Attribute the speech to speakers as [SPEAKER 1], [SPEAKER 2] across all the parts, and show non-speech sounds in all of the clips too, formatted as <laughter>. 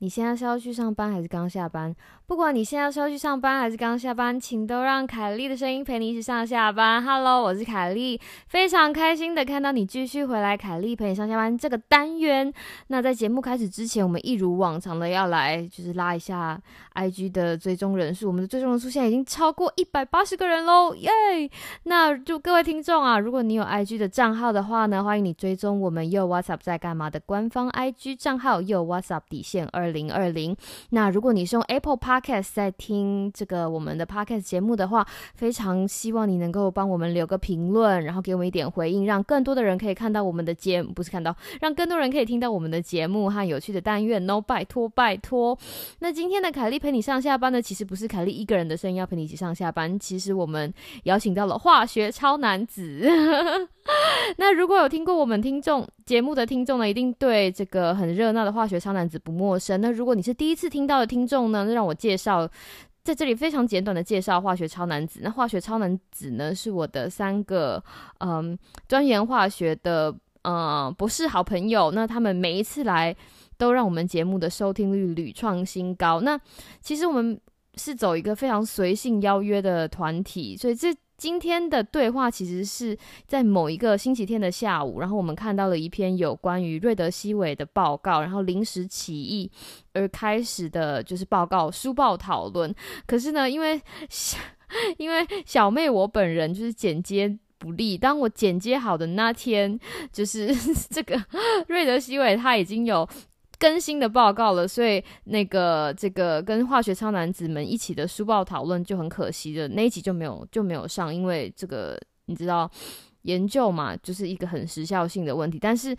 [SPEAKER 1] 你现在是要去上班还是刚下班？不管你现在是要去上班还是刚下班，请都让凯莉的声音陪你一起上下班。Hello，我是凯莉，非常开心的看到你继续回来，凯莉陪你上下班这个单元。那在节目开始之前，我们一如往常的要来就是拉一下 IG 的追踪人数，我们的追踪人数现在已经超过一百八十个人喽，耶！那就各位听众啊，如果你有 IG 的账号的话呢，欢迎你追踪我们 Yo What's Up 在干嘛的官方 IG 账号 Yo What's Up 底线二零二零。那如果你是用 Apple Podcast 在听这个我们的 Podcast 节目的话，非常希望你能够帮我们留个评论，然后给我们一点回应，让更多的人可以看到我们的节目，不是看到，让更多人可以听到我们的节目和有趣的单元哦，拜托拜托。那今天的凯莉陪你上下班呢，其实不是凯莉一个人的声音要陪你一起上下班，其实我们邀请到了化学超男子。 <laughs> 那如果有听过我们听众节目的听众呢，一定对这个很热闹的化学超男子不陌生。那如果你是第一次听到的听众呢，那让我介绍。在这里非常简短的介绍化学超男子。那化学超男子呢，是我的三个嗯钻研化学的呃博士好朋友。那他们每一次来，都让我们节目的收听率屡创新高。那其实我们是走一个非常随性邀约的团体，所以这今天的对话其实是在某一个星期天的下午，然后我们看到了一篇有关于瑞德西韦的报告，然后临时起意而开始的就是报告书报讨论。可是呢，因为 <laughs> 因为小妹我本人就是剪接。不利。当我剪接好的那天，就是 <laughs> 这个瑞德西韦他已经有更新的报告了，所以那个这个跟化学超男子们一起的书报讨论就很可惜的那一集就没有就没有上，因为这个你知道研究嘛，就是一个很时效性的问题。但是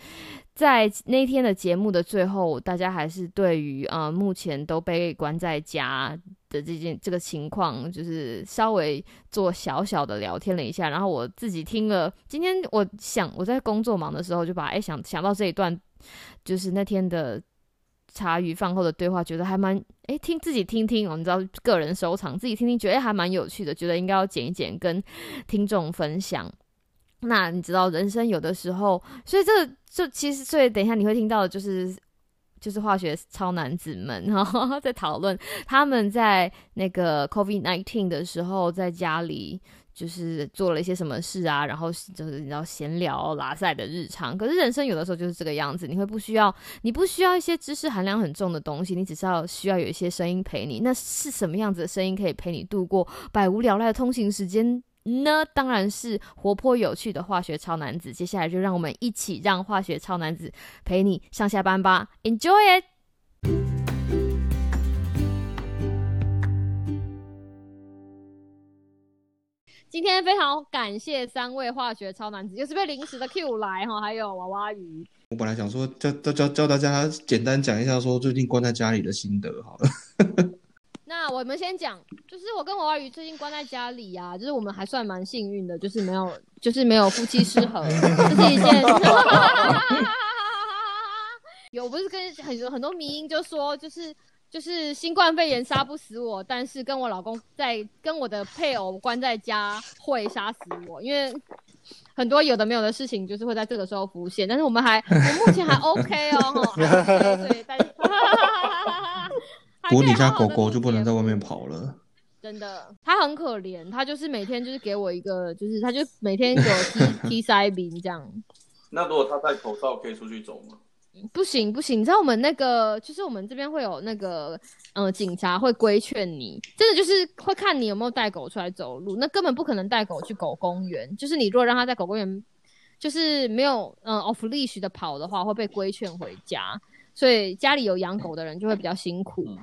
[SPEAKER 1] 在那天的节目的最后，大家还是对于呃目前都被关在家的这件这个情况，就是稍微做小小的聊天了一下。然后我自己听了，今天我想我在工作忙的时候就把哎、想想到这一段，就是那天的茶余饭后的对话，觉得还蛮诶，听自己听听，我哦们知道个人收藏，自己听听，觉得诶还蛮有趣的，觉得应该要剪一剪跟听众分享。那你知道人生有的时候，所以这个就其实所以等一下你会听到的就是。就是化学超男子们，然后在讨论他们在那个 COVID nineteen 的时候，在家里就是做了一些什么事啊，然后就是你知道闲聊拉塞的日常。可是人生有的时候就是这个样子，你会不需要你不需要一些知识含量很重的东西，你只是要需要有一些声音陪你。那是什么样子的声音可以陪你度过百无聊赖的通行时间呢？当然是活泼有趣的化学超男子。接下来就让我们一起让化学超男子陪你上下班吧，Enjoy it！今天非常感谢三位化学超男子，就是被临时的 Q 来哈，还有娃娃鱼。
[SPEAKER 2] 我本来想说叫叫叫叫大家简单讲一下说最近关在家里的心得好了。
[SPEAKER 1] 那我们先讲，就是我跟娃娃鱼最近关在家里啊，就是我们还算蛮幸运的，就是没有，就是没有夫妻失和，这是一件。 <laughs> 有不是跟很多很多迷因就说，就是就是新冠肺炎杀不死我，但是跟我老公在跟我的配偶关在家会杀死我，因为很多有的没有的事情就是会在这个时候浮现。但是我们还，我目前还 OK 哦，吼还 OK，对，
[SPEAKER 2] <laughs>
[SPEAKER 1] 但是。
[SPEAKER 2] 不过你家狗狗就不能
[SPEAKER 1] 在。
[SPEAKER 2] 在外面跑了，
[SPEAKER 1] 真的，他很可怜，他就是每天就是给我一个，就是他就每天给我
[SPEAKER 2] <laughs>
[SPEAKER 1] 踢踢塞饼这样，
[SPEAKER 3] 那如果他戴口罩，可以出去走吗？
[SPEAKER 1] 不行不行，你知道我们那个就是我们这边会有那个呃警察会规劝你，真的就是会看你有没有带狗出来走路，那根本不可能带狗去狗公园，就是你如果让它在狗公园就是没有嗯、呃 off leash 的跑的话，会被规劝回家，所以家里有养狗的人就会比较辛苦。
[SPEAKER 3] 嗯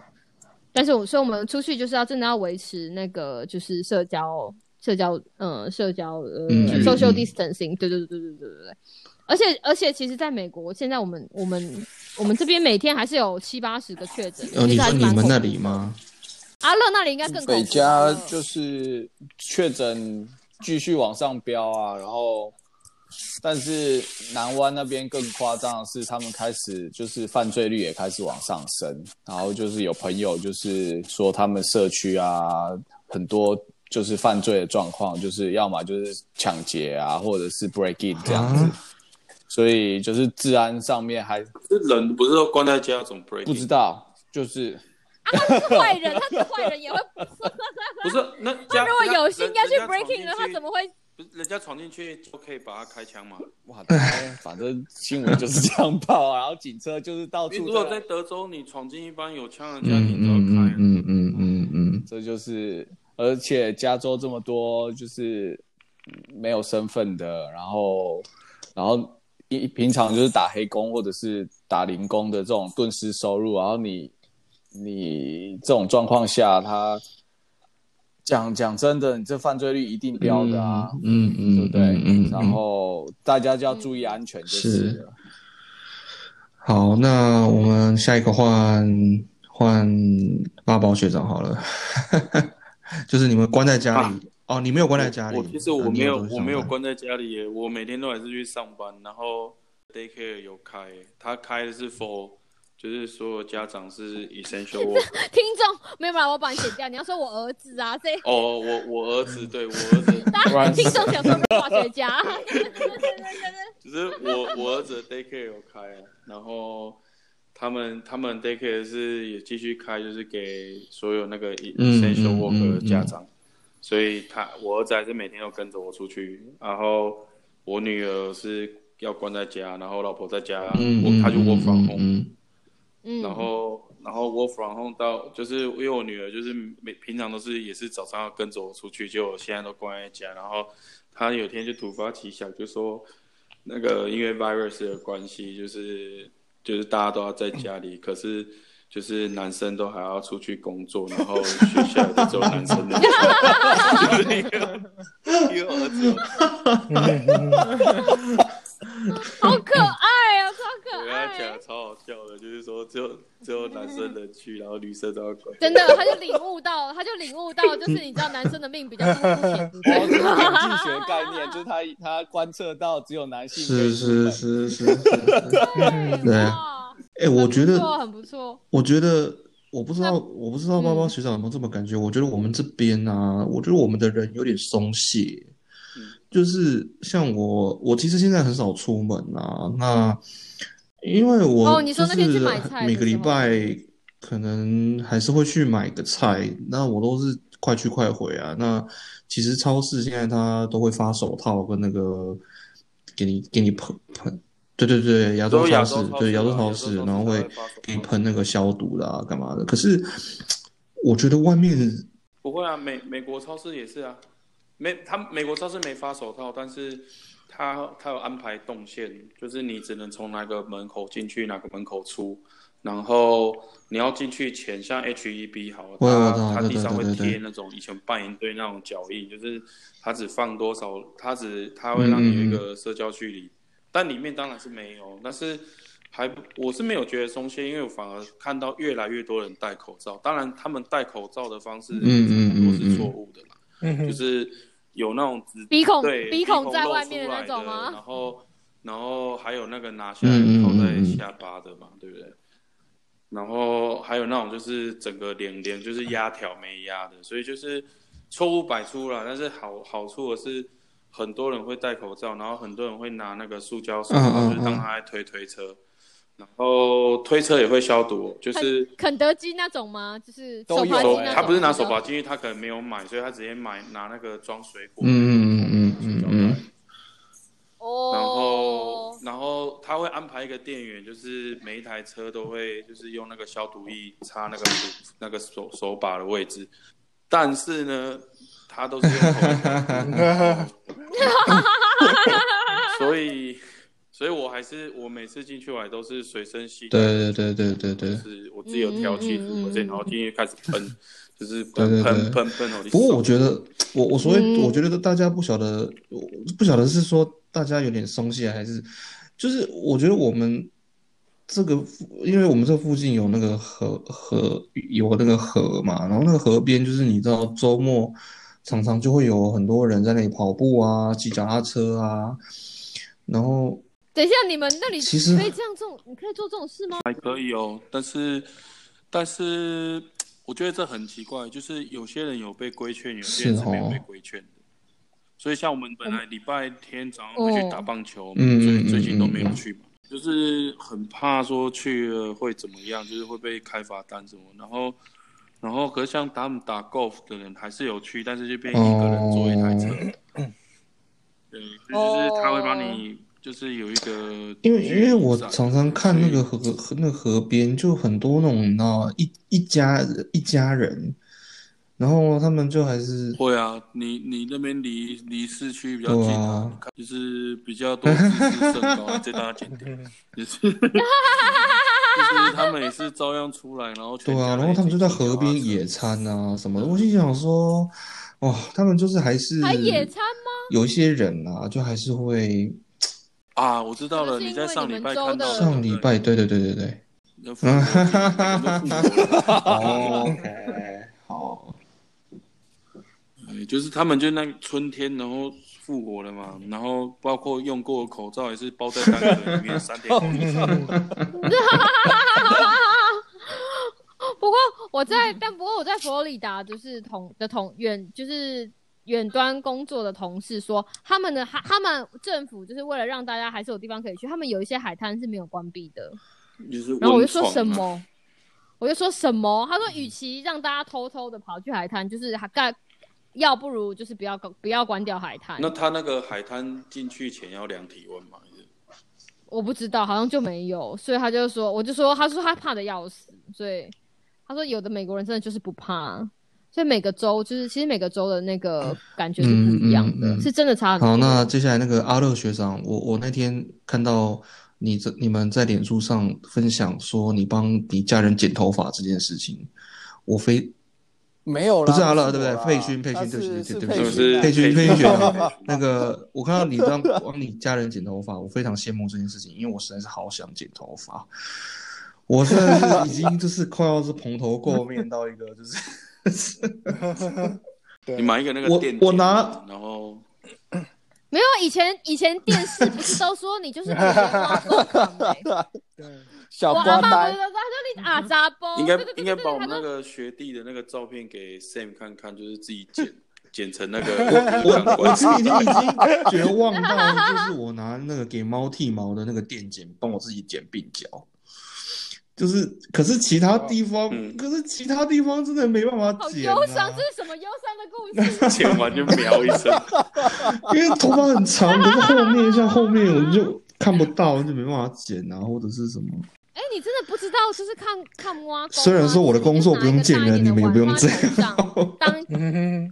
[SPEAKER 1] 但是我所以我们出去就是要真的要维持那个就是社交社交呃社交呃、
[SPEAKER 2] 嗯
[SPEAKER 1] social
[SPEAKER 2] 嗯
[SPEAKER 1] distancing，对对对对对对对对。而且而且，其实在美国，现在我们我们我们这边每天还是有七八十个确诊，
[SPEAKER 2] 呃，
[SPEAKER 1] 其
[SPEAKER 2] 你
[SPEAKER 1] 实还是
[SPEAKER 2] 说你
[SPEAKER 1] 蛮
[SPEAKER 2] 们
[SPEAKER 1] 恐
[SPEAKER 2] 那
[SPEAKER 1] 怖
[SPEAKER 2] 里
[SPEAKER 1] 的？
[SPEAKER 2] 吗？
[SPEAKER 1] 阿乐那里应该更恐
[SPEAKER 4] 北
[SPEAKER 1] 怖
[SPEAKER 4] 加
[SPEAKER 1] 了
[SPEAKER 4] 就是确诊继续往上飙啊，然后但是南湾那边更夸张的是，他们开始就是犯罪率也开始往上升，然后就是有朋友就是说他们社区啊很多。就是犯罪的状况，就是要么就是抢劫啊，或者是 break in 这样子，
[SPEAKER 2] 啊，
[SPEAKER 4] 所以就是治安上面还
[SPEAKER 3] 这人不是都关在家，怎么 break？
[SPEAKER 4] 不知道，就是
[SPEAKER 5] 啊，他是坏人，他是坏人也会。
[SPEAKER 3] 不是那
[SPEAKER 5] 他
[SPEAKER 3] 家
[SPEAKER 5] 如果
[SPEAKER 3] 人家
[SPEAKER 5] 有心
[SPEAKER 3] 人
[SPEAKER 5] 要去
[SPEAKER 3] 人家闯
[SPEAKER 5] breaking 的，他
[SPEAKER 3] 进去
[SPEAKER 5] 怎么会？
[SPEAKER 3] 不是人家闯进去就可以把他开枪嘛？
[SPEAKER 4] 哇，反正新闻就是这样报啊，然后警车就是到
[SPEAKER 3] 你
[SPEAKER 4] 处
[SPEAKER 3] 如果
[SPEAKER 4] 在
[SPEAKER 3] 在德州，你闯进一般有枪的家，
[SPEAKER 2] 嗯
[SPEAKER 3] 你就要
[SPEAKER 2] 嗯
[SPEAKER 3] 开。啊
[SPEAKER 2] 嗯嗯嗯嗯
[SPEAKER 4] 这就是，而且加州这么多就是没有身份的，然后然后一平常就是打黑工或者是打零工的这种顿时收入，然后你你这种状况下，他讲讲真的，你这犯罪率一定飙的啊，
[SPEAKER 2] 嗯嗯，
[SPEAKER 4] 对不对？
[SPEAKER 2] 嗯嗯，
[SPEAKER 4] 然后大家就要注意安全就是了。
[SPEAKER 2] 好，那我们下一个换换八宝学长好了， <laughs> 就是你们关在家里哦，你没有关在家里，
[SPEAKER 3] 啊
[SPEAKER 2] 啊
[SPEAKER 3] 我其实我
[SPEAKER 2] 你
[SPEAKER 3] 没有，
[SPEAKER 2] 都是
[SPEAKER 3] 我没有
[SPEAKER 2] 上班
[SPEAKER 3] 关在家里耶，我每天都还是去上班。然后 daycare 有开，他开的是 for，就是所有家长是 essential worker。
[SPEAKER 5] 听众没有啦，我把你剪掉。你要说我儿子啊，这
[SPEAKER 3] 哦，我我儿子，对我儿子，
[SPEAKER 4] 不然
[SPEAKER 5] 听众想说我是化学
[SPEAKER 3] <laughs>
[SPEAKER 5] 家。
[SPEAKER 3] 就是我我儿子的 daycare 有开，啊然后他们他们 daycare 是也继续开，就是给所有那个
[SPEAKER 2] 嗯
[SPEAKER 3] essential
[SPEAKER 2] 嗯
[SPEAKER 3] worker
[SPEAKER 2] 嗯
[SPEAKER 3] 的家长，所以他我儿子还是每天要跟着我出去，然后我女儿是要关在家，然后老婆在家，
[SPEAKER 2] 嗯
[SPEAKER 3] 我她就 work
[SPEAKER 2] 嗯
[SPEAKER 3] from home，、
[SPEAKER 2] 嗯
[SPEAKER 5] 嗯，
[SPEAKER 3] 然后然后 work from home 到就是因为我女儿就是每平常都是也是早上要跟着我出去，结果现在都关在家，然后她有天就突发奇想，就说那个因为 virus 的关系，就是就是大家都要在家里，可是。就是男生都还要出去工作，然后学校也只有男生能上，就是一个 <laughs> 一个儿子有
[SPEAKER 5] 好可爱啊，超可
[SPEAKER 3] 我跟他讲
[SPEAKER 5] 爱
[SPEAKER 3] 得。超好笑的，就是说只有只有男生能去，然后女生都要管。
[SPEAKER 5] 真的，他就领悟到，他就领悟到，就是你知道男生的命比较多不甜不
[SPEAKER 4] 哦，这
[SPEAKER 5] 对
[SPEAKER 1] <laughs>
[SPEAKER 4] 是统计学概念，就是他他观测到只有男性可以
[SPEAKER 2] 是是是是是，
[SPEAKER 5] <laughs> 对啊
[SPEAKER 2] 对
[SPEAKER 5] 哇
[SPEAKER 2] 哎，我觉
[SPEAKER 5] 不
[SPEAKER 2] 得
[SPEAKER 5] 错，很不错。
[SPEAKER 2] 我觉得我不知道，
[SPEAKER 5] 那
[SPEAKER 2] 我不知道包包
[SPEAKER 5] 嗯
[SPEAKER 2] 学长有没有这么感觉？我觉得我们这边啊，我觉得我们的人有点松懈，
[SPEAKER 3] 嗯
[SPEAKER 2] 就是像我，我其实现在很少出门啊。那因为我
[SPEAKER 5] 嗯哦你说那天
[SPEAKER 2] 就是
[SPEAKER 5] 去买菜的
[SPEAKER 2] 每个礼
[SPEAKER 5] 时候
[SPEAKER 2] 拜可能还是会去买个菜，那我都是快去快回啊。那其实超市现在它都会发手套跟那个给你给你喷喷，对对对，亚洲
[SPEAKER 3] 都亚
[SPEAKER 2] 超
[SPEAKER 3] 洲
[SPEAKER 2] 市，
[SPEAKER 3] 超
[SPEAKER 2] 对
[SPEAKER 3] 市
[SPEAKER 2] 亚洲
[SPEAKER 3] 啊
[SPEAKER 2] 超
[SPEAKER 3] 亚洲
[SPEAKER 2] 市，
[SPEAKER 3] 超
[SPEAKER 2] 然后
[SPEAKER 3] 市它
[SPEAKER 2] 会
[SPEAKER 3] 会发手
[SPEAKER 2] 给你
[SPEAKER 3] 套
[SPEAKER 2] 喷那个消毒啦，干嘛的？可是我觉得外面
[SPEAKER 3] 不会啊，美美国超市也是啊，美他美国超市没发手套，但是他他有安排动线，就是你只能从哪个门口进去，哪个门口出，然后你要进去前，像 HEB 好了，
[SPEAKER 2] 我有我知道
[SPEAKER 3] 它它
[SPEAKER 2] 对
[SPEAKER 3] 地
[SPEAKER 2] 对
[SPEAKER 3] 上
[SPEAKER 2] 对
[SPEAKER 3] 会
[SPEAKER 2] 对对
[SPEAKER 3] 贴那种以前办营队那种脚印，就是它只放多少，它只它
[SPEAKER 2] 嗯
[SPEAKER 3] 会让你有一个社交距离，但里面当然是没有，但是。还不我是没有觉得松懈，因为我反而看到越来越多人戴口罩。当然，他们戴口罩的方式
[SPEAKER 2] 嗯嗯
[SPEAKER 3] 很多
[SPEAKER 2] 嗯嗯
[SPEAKER 3] 是错误的啦，就是有那种直
[SPEAKER 5] 鼻孔
[SPEAKER 3] 对
[SPEAKER 5] 鼻孔在外面
[SPEAKER 3] 的
[SPEAKER 5] 的那种吗
[SPEAKER 3] 然后
[SPEAKER 5] <laughs>
[SPEAKER 3] 然后还有那个拿下来
[SPEAKER 2] 嗯
[SPEAKER 3] 套在下巴的嘛，对不对？然后还有那种就是整个脸脸就是压条没压的，所以就是错误百出啦。但是好好处的是，很多人会戴口罩，然后很多人会拿那个塑胶手
[SPEAKER 2] 嗯嗯
[SPEAKER 3] 套，
[SPEAKER 2] 嗯
[SPEAKER 3] 就是当他在推推车，然后推车也会消毒，哦就是。
[SPEAKER 5] 肯德基那种吗？就是
[SPEAKER 4] 都
[SPEAKER 5] 手
[SPEAKER 4] 有
[SPEAKER 5] 扒鸡
[SPEAKER 3] 手
[SPEAKER 5] 那种，
[SPEAKER 3] 他不是拿手把进去，他可能没有买，所以他直接买拿那个装水果。
[SPEAKER 2] 嗯嗯嗯嗯嗯
[SPEAKER 3] 然
[SPEAKER 5] 哦
[SPEAKER 3] 后，，然后他会安排一个店员，就是每一台车都会就是用那个消毒液擦那个手那个手手把的位置，但是呢，他都是用口红所以，所以我还是我每次进去我还都是随身携带，
[SPEAKER 2] 对对对对对
[SPEAKER 3] 就
[SPEAKER 2] 对。
[SPEAKER 3] 是我自己有挑气
[SPEAKER 5] 嗯嗯嗯嗯
[SPEAKER 3] 服，而且然后进去开始喷，就是
[SPEAKER 2] 对对
[SPEAKER 3] 喷
[SPEAKER 2] 对
[SPEAKER 3] 喷喷喷哦我的
[SPEAKER 2] 不
[SPEAKER 3] 手。
[SPEAKER 2] 过我觉得，我我所谓
[SPEAKER 5] 嗯
[SPEAKER 2] 我觉得大家不晓得，我不晓得是说大家有点松懈，还是就是我觉得我们这个附，因为我们这附近有那个河河有那个河嘛，然后那个河边就是你知道周末常常就会有很多人在那里跑步啊、骑脚踏车啊，然后
[SPEAKER 5] 等一下，你们那里
[SPEAKER 2] 其实
[SPEAKER 5] 可以这样做，你可以做这种事吗？
[SPEAKER 3] 还可以哦，但是但是我觉得这很奇怪，就是有些人有被规劝，有些人
[SPEAKER 2] 是
[SPEAKER 3] 是
[SPEAKER 2] 哦
[SPEAKER 3] 没有被规劝的。所以像我们本来礼拜天早上
[SPEAKER 5] 哦
[SPEAKER 3] 会去打棒球，
[SPEAKER 2] 嗯
[SPEAKER 3] 所
[SPEAKER 2] 嗯
[SPEAKER 3] 以最
[SPEAKER 2] 嗯
[SPEAKER 3] 近都没有
[SPEAKER 2] 嗯
[SPEAKER 3] 去嘛。就是很怕说去了会怎么样，就是会被开罚单什么。然后，然后可是像他们打 golf 的人还是有去，但是就变一个人坐一台车。
[SPEAKER 2] 哦
[SPEAKER 3] 对，就是他会帮你，就是有一个
[SPEAKER 2] 因为因为我
[SPEAKER 3] 距离在
[SPEAKER 2] 常常看那
[SPEAKER 3] 所
[SPEAKER 2] 个河
[SPEAKER 3] 以
[SPEAKER 2] 河那个河边，就很多那种你知道吗？一一家一家人，然后他们就还是
[SPEAKER 3] 会啊，你你那边离离市区比较近
[SPEAKER 2] 对
[SPEAKER 3] 啊，
[SPEAKER 2] 啊
[SPEAKER 3] 你看就是比较多自视甚高啊，这大家减掉，就是就是他们也是照样出来，然后全
[SPEAKER 2] 对啊，
[SPEAKER 3] 家
[SPEAKER 2] 然后他们就在
[SPEAKER 3] 一起骑
[SPEAKER 2] 河
[SPEAKER 3] 脚踏
[SPEAKER 2] 边
[SPEAKER 3] 车
[SPEAKER 2] 野餐啊什么的，我心想说，哇，他们就是还是
[SPEAKER 5] 还野餐吗？
[SPEAKER 2] 有一些人啊，就还是会
[SPEAKER 3] 啊，我知道了，
[SPEAKER 5] 可能是
[SPEAKER 3] 你在上礼拜看到
[SPEAKER 2] 上礼拜，对对对对对，
[SPEAKER 3] 对不对那复活节那个复活节
[SPEAKER 2] <laughs>
[SPEAKER 4] OK，好，
[SPEAKER 3] 对就是他们就那个春天，然后复活了嘛，然后包括用过的口罩也是包在单个里面三天后就
[SPEAKER 1] 不过我在，但不过我在佛罗里达就是同的同远就是远端工作的同事说，他们的他他们政府就是为了让大家还是有地方可以去，他们有一些海滩是没有关闭的。
[SPEAKER 3] 就是
[SPEAKER 1] 然后我就
[SPEAKER 3] 温
[SPEAKER 1] 说
[SPEAKER 3] 床啊
[SPEAKER 1] 什
[SPEAKER 3] 嘛
[SPEAKER 2] 啊
[SPEAKER 1] 么，我就说什么，他说与其让大家偷偷的跑去海滩，就是还干，要不如就是不要不要关掉海滩
[SPEAKER 3] 那。他那个海滩进去前要量体温嘛？还是
[SPEAKER 1] 我不知道，好像就没有，所以他就说，我就说，他说他怕的要死，所以他说有的美国人真的就是不怕，所以每个州就是其实每个州的那个感觉是不一样的，
[SPEAKER 2] 嗯嗯嗯
[SPEAKER 1] 是真的差很多。
[SPEAKER 2] 好，那接下来那个阿乐学长，我我那天看到你这你们在脸书上分享说你帮你家人剪头发这件事情，我非
[SPEAKER 4] 没有啦，
[SPEAKER 2] 不是阿乐
[SPEAKER 4] 我
[SPEAKER 2] 对不对？佩勋，佩
[SPEAKER 4] 他
[SPEAKER 2] 勋，对不
[SPEAKER 4] 是
[SPEAKER 2] 起，
[SPEAKER 4] 是
[SPEAKER 2] 对
[SPEAKER 4] 佩
[SPEAKER 2] 不
[SPEAKER 3] 勋
[SPEAKER 2] 起，
[SPEAKER 4] 啊
[SPEAKER 3] 啊
[SPEAKER 2] 佩勋，
[SPEAKER 3] 佩
[SPEAKER 2] 佩勋
[SPEAKER 3] 勋
[SPEAKER 2] 学长
[SPEAKER 3] 佩勋，
[SPEAKER 2] 那个我看到你帮帮你家人剪头发，我非常羡慕这件事情，因为我实在是好想剪头发，我现在是已经就是快要是蓬头垢面到一个就是
[SPEAKER 4] 对
[SPEAKER 3] 你买一个那个
[SPEAKER 2] 我
[SPEAKER 3] 电
[SPEAKER 2] 我
[SPEAKER 3] 剪
[SPEAKER 2] 拿
[SPEAKER 3] 然后
[SPEAKER 1] 没有以前以前电视不是都说你就是美国
[SPEAKER 2] <laughs>
[SPEAKER 1] 老公扛欸
[SPEAKER 4] 小
[SPEAKER 1] 我阿
[SPEAKER 4] 瓜
[SPEAKER 1] 妈不
[SPEAKER 4] 呆
[SPEAKER 1] 是，都说，她说你阿扎波，
[SPEAKER 3] 应该
[SPEAKER 1] 对对对
[SPEAKER 3] 应该
[SPEAKER 1] 对
[SPEAKER 3] 把我们
[SPEAKER 1] 她
[SPEAKER 3] 那
[SPEAKER 1] 说
[SPEAKER 3] 个学弟的那个照片给 Sam 看看，就是自己
[SPEAKER 6] <laughs>
[SPEAKER 3] 剪剪成那个 <laughs> 我
[SPEAKER 2] 我自己已经已经绝望到，就是我拿那个给猫剃毛的那个电剪帮我自己剪鬓角，就是可是其他地方，
[SPEAKER 3] 嗯
[SPEAKER 2] 可是其他地方真的没办法
[SPEAKER 1] 好
[SPEAKER 2] 剪、啊，
[SPEAKER 1] 忧伤，这是什么忧伤的故
[SPEAKER 2] <laughs>
[SPEAKER 1] 事？
[SPEAKER 3] 剪完就瞄一声，
[SPEAKER 6] <laughs>
[SPEAKER 2] 因为头发很长，可是后面像后面我就看不到，就没办法剪啊，或者是什么。
[SPEAKER 1] 哎、你真的不知道，就是看看啊挖沟吗。
[SPEAKER 2] 虽然说我的工作不用见人你们也不用这
[SPEAKER 1] 这
[SPEAKER 2] 样 <laughs>
[SPEAKER 1] 样当
[SPEAKER 6] 嗯，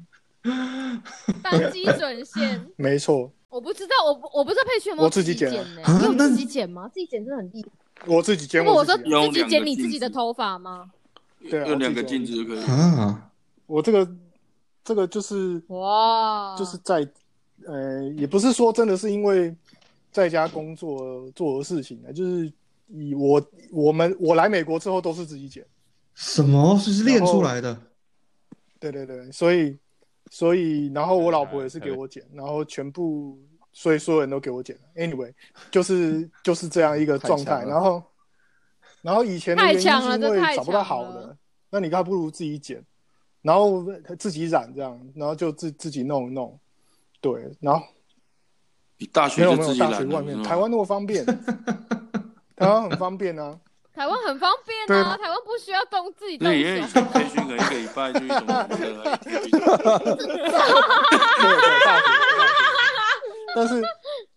[SPEAKER 1] 当基准线。
[SPEAKER 6] 没错，
[SPEAKER 1] 我不知道，我不我不知道佩勋有没有
[SPEAKER 6] 我自己
[SPEAKER 1] 剪
[SPEAKER 6] 剪啊
[SPEAKER 1] 呢、
[SPEAKER 2] 啊
[SPEAKER 1] 你有
[SPEAKER 2] 那
[SPEAKER 1] 自己剪吗？自己剪真的很厉害。
[SPEAKER 6] 我自己剪
[SPEAKER 1] 那我
[SPEAKER 6] 我
[SPEAKER 1] 说
[SPEAKER 6] 自己啊，
[SPEAKER 3] 用
[SPEAKER 1] 自己
[SPEAKER 3] 两
[SPEAKER 1] 剪
[SPEAKER 3] 个
[SPEAKER 1] 你自
[SPEAKER 3] 镜
[SPEAKER 1] 己的
[SPEAKER 3] 子
[SPEAKER 1] 头发吗？
[SPEAKER 6] 对啊
[SPEAKER 3] 用两
[SPEAKER 6] 我
[SPEAKER 3] 个
[SPEAKER 6] 自己
[SPEAKER 3] 镜
[SPEAKER 6] 剪
[SPEAKER 3] 子就可以。
[SPEAKER 2] 啊，
[SPEAKER 6] 我这个这个就是
[SPEAKER 1] 哇，
[SPEAKER 6] 就是在呃，也不是说真的是因为在家工作做的事情啊，就是以我我们我来美国之后都是自己剪，
[SPEAKER 2] 什么？这是练出来的？
[SPEAKER 6] 对对对，所以所以然后我老婆也是给我剪，然后全部所以所有人都给我剪，anyway 就是就是这样一个状
[SPEAKER 4] 太强
[SPEAKER 6] 态，
[SPEAKER 4] 了
[SPEAKER 6] 然后然后以前的
[SPEAKER 1] 太
[SPEAKER 6] 原因是
[SPEAKER 1] 强了
[SPEAKER 6] 因
[SPEAKER 1] 这太
[SPEAKER 6] 为找不到
[SPEAKER 1] 强
[SPEAKER 6] 好
[SPEAKER 1] 了
[SPEAKER 6] 的，那你还不如自己剪，然后自己染这样，然后就自自己弄一弄，对，然后。
[SPEAKER 3] 你大学
[SPEAKER 6] 没
[SPEAKER 3] 就
[SPEAKER 6] 有没
[SPEAKER 3] 自
[SPEAKER 6] 有，
[SPEAKER 3] 己
[SPEAKER 6] 大
[SPEAKER 3] 染
[SPEAKER 6] 学
[SPEAKER 3] 了
[SPEAKER 6] 外
[SPEAKER 3] 是
[SPEAKER 6] 面，
[SPEAKER 3] 吗
[SPEAKER 6] 台湾那么
[SPEAKER 3] <laughs>
[SPEAKER 6] 方便，台湾很方便啊。
[SPEAKER 1] 台湾很方便啊，台湾不需要动自己动
[SPEAKER 3] 对，因为以
[SPEAKER 1] 手。
[SPEAKER 3] 前培训可能一个礼拜就一种一个一天就一种
[SPEAKER 2] <laughs>
[SPEAKER 6] 对对，大学。大学但是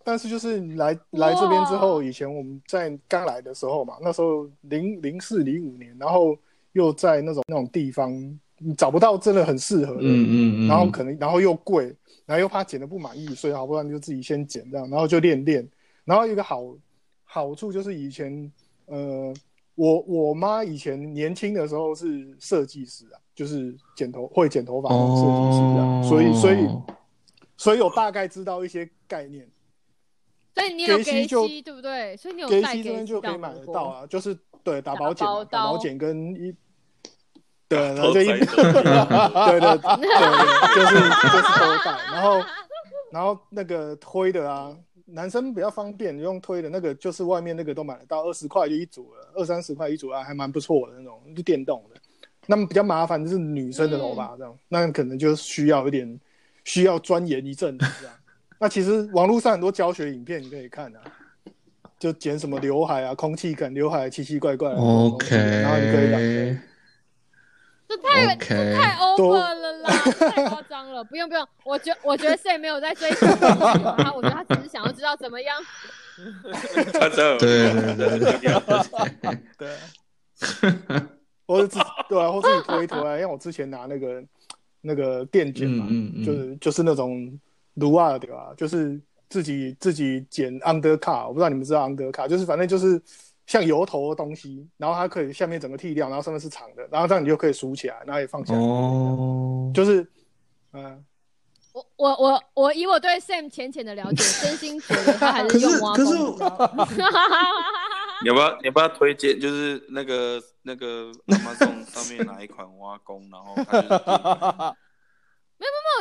[SPEAKER 6] 但是就是来来这边之后，以前我们在刚来的时候嘛，那时候零零四零五年，然后又在那种那种地方，你找不到真的很适合的，
[SPEAKER 2] 嗯嗯嗯。
[SPEAKER 6] 然后可能然后又贵，然后又怕剪的不满意，所以好不然就自己先剪这样，然后就练练。然后有一个好好处就是以前呃，我我妈以前年轻的时候是设计师啊，就是剪头会剪头发的设计师这样，
[SPEAKER 2] 哦，
[SPEAKER 6] 所以所以所以我大概知道一些概念。
[SPEAKER 1] 所以你有给
[SPEAKER 6] 给息就
[SPEAKER 1] 息对不对？所以你有
[SPEAKER 6] 给
[SPEAKER 1] 带
[SPEAKER 6] 西这边就可以买
[SPEAKER 1] 美
[SPEAKER 6] 得
[SPEAKER 1] 国
[SPEAKER 6] 到。啊，就是对打保险
[SPEAKER 1] 打包
[SPEAKER 6] 嘛，打
[SPEAKER 1] 刀
[SPEAKER 6] 保险跟一。对，然后
[SPEAKER 3] 偷
[SPEAKER 6] 就一 <laughs>
[SPEAKER 3] 摘的。
[SPEAKER 6] 对对对对，就是就是都带，然后然后那个推的啊，男生比较方便，你用推的那个就是外面那个都买得到，二十块就一组了，二三十块一组啊，还蛮不错的那种，就电动的。那么比较麻烦就是女生的头发这样，那可能就需要有点需要钻研一阵子这样。那其实网络上很多教学影片你可以看啊，就剪什么刘海啊、 <laughs> 空气感刘海，奇奇怪怪的东西。
[SPEAKER 2] 哦 OK，
[SPEAKER 6] 然后你可以染黑。
[SPEAKER 1] 这太
[SPEAKER 2] OK
[SPEAKER 1] 这太 over 了啦，太夸张了，不用不用，我觉我觉得 Sam 没有在追求这个他我觉得他只是想要知道怎么样，
[SPEAKER 3] 他这
[SPEAKER 2] 对
[SPEAKER 3] 样
[SPEAKER 2] 对对对对，
[SPEAKER 6] 对啊，我是自对啊，或自己推一推啊，因为我之前拿那个那个电剪嘛，
[SPEAKER 2] 嗯嗯嗯
[SPEAKER 6] 就是就是那种卢啊对吧？就是自己自己剪 under cut，我不知道你们知道 under cut，就是反正就是像油头的东西，然后它可以下面整个剃掉，然后上面是长的，然后这样你就可以梳起来，然后也放起来，
[SPEAKER 2] 哦，
[SPEAKER 6] 就是 <laughs> 嗯，
[SPEAKER 1] 我我我我以我对 Sam 浅浅的了解，真心觉得他还
[SPEAKER 2] 可
[SPEAKER 1] 是
[SPEAKER 2] 是
[SPEAKER 1] 用挖
[SPEAKER 2] 可是
[SPEAKER 1] 风。
[SPEAKER 3] 你要不要你要不要推荐？就是那个那个 Amazon 上面哪一款挖工，然后他就是
[SPEAKER 1] 我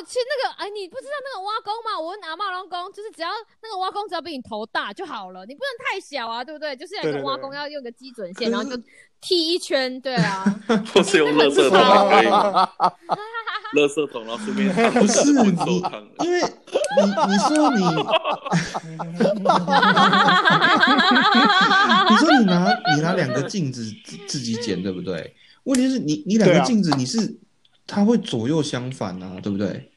[SPEAKER 1] 去 <laughs> 那个，哎，你不知道那个挖工吗？我问阿妈龙工，就是只要那个挖工只要比你头大就好了，你不能太小啊，对不对？就是那
[SPEAKER 6] 对
[SPEAKER 1] 个
[SPEAKER 6] 对对
[SPEAKER 1] 挖工要用个基准线，然后就剃一圈，对啊， <laughs>
[SPEAKER 3] 或是用垃圾桶可以吗？垃圾桶，然后顺便烫
[SPEAKER 2] 不是
[SPEAKER 3] 滚手烫。
[SPEAKER 2] 因为你你说你，你说你拿你拿两个镜子自自己剪，对不对？问题是你你两
[SPEAKER 6] 对
[SPEAKER 2] 个
[SPEAKER 6] 啊
[SPEAKER 2] 镜子你是它会左右相反啊，对不对？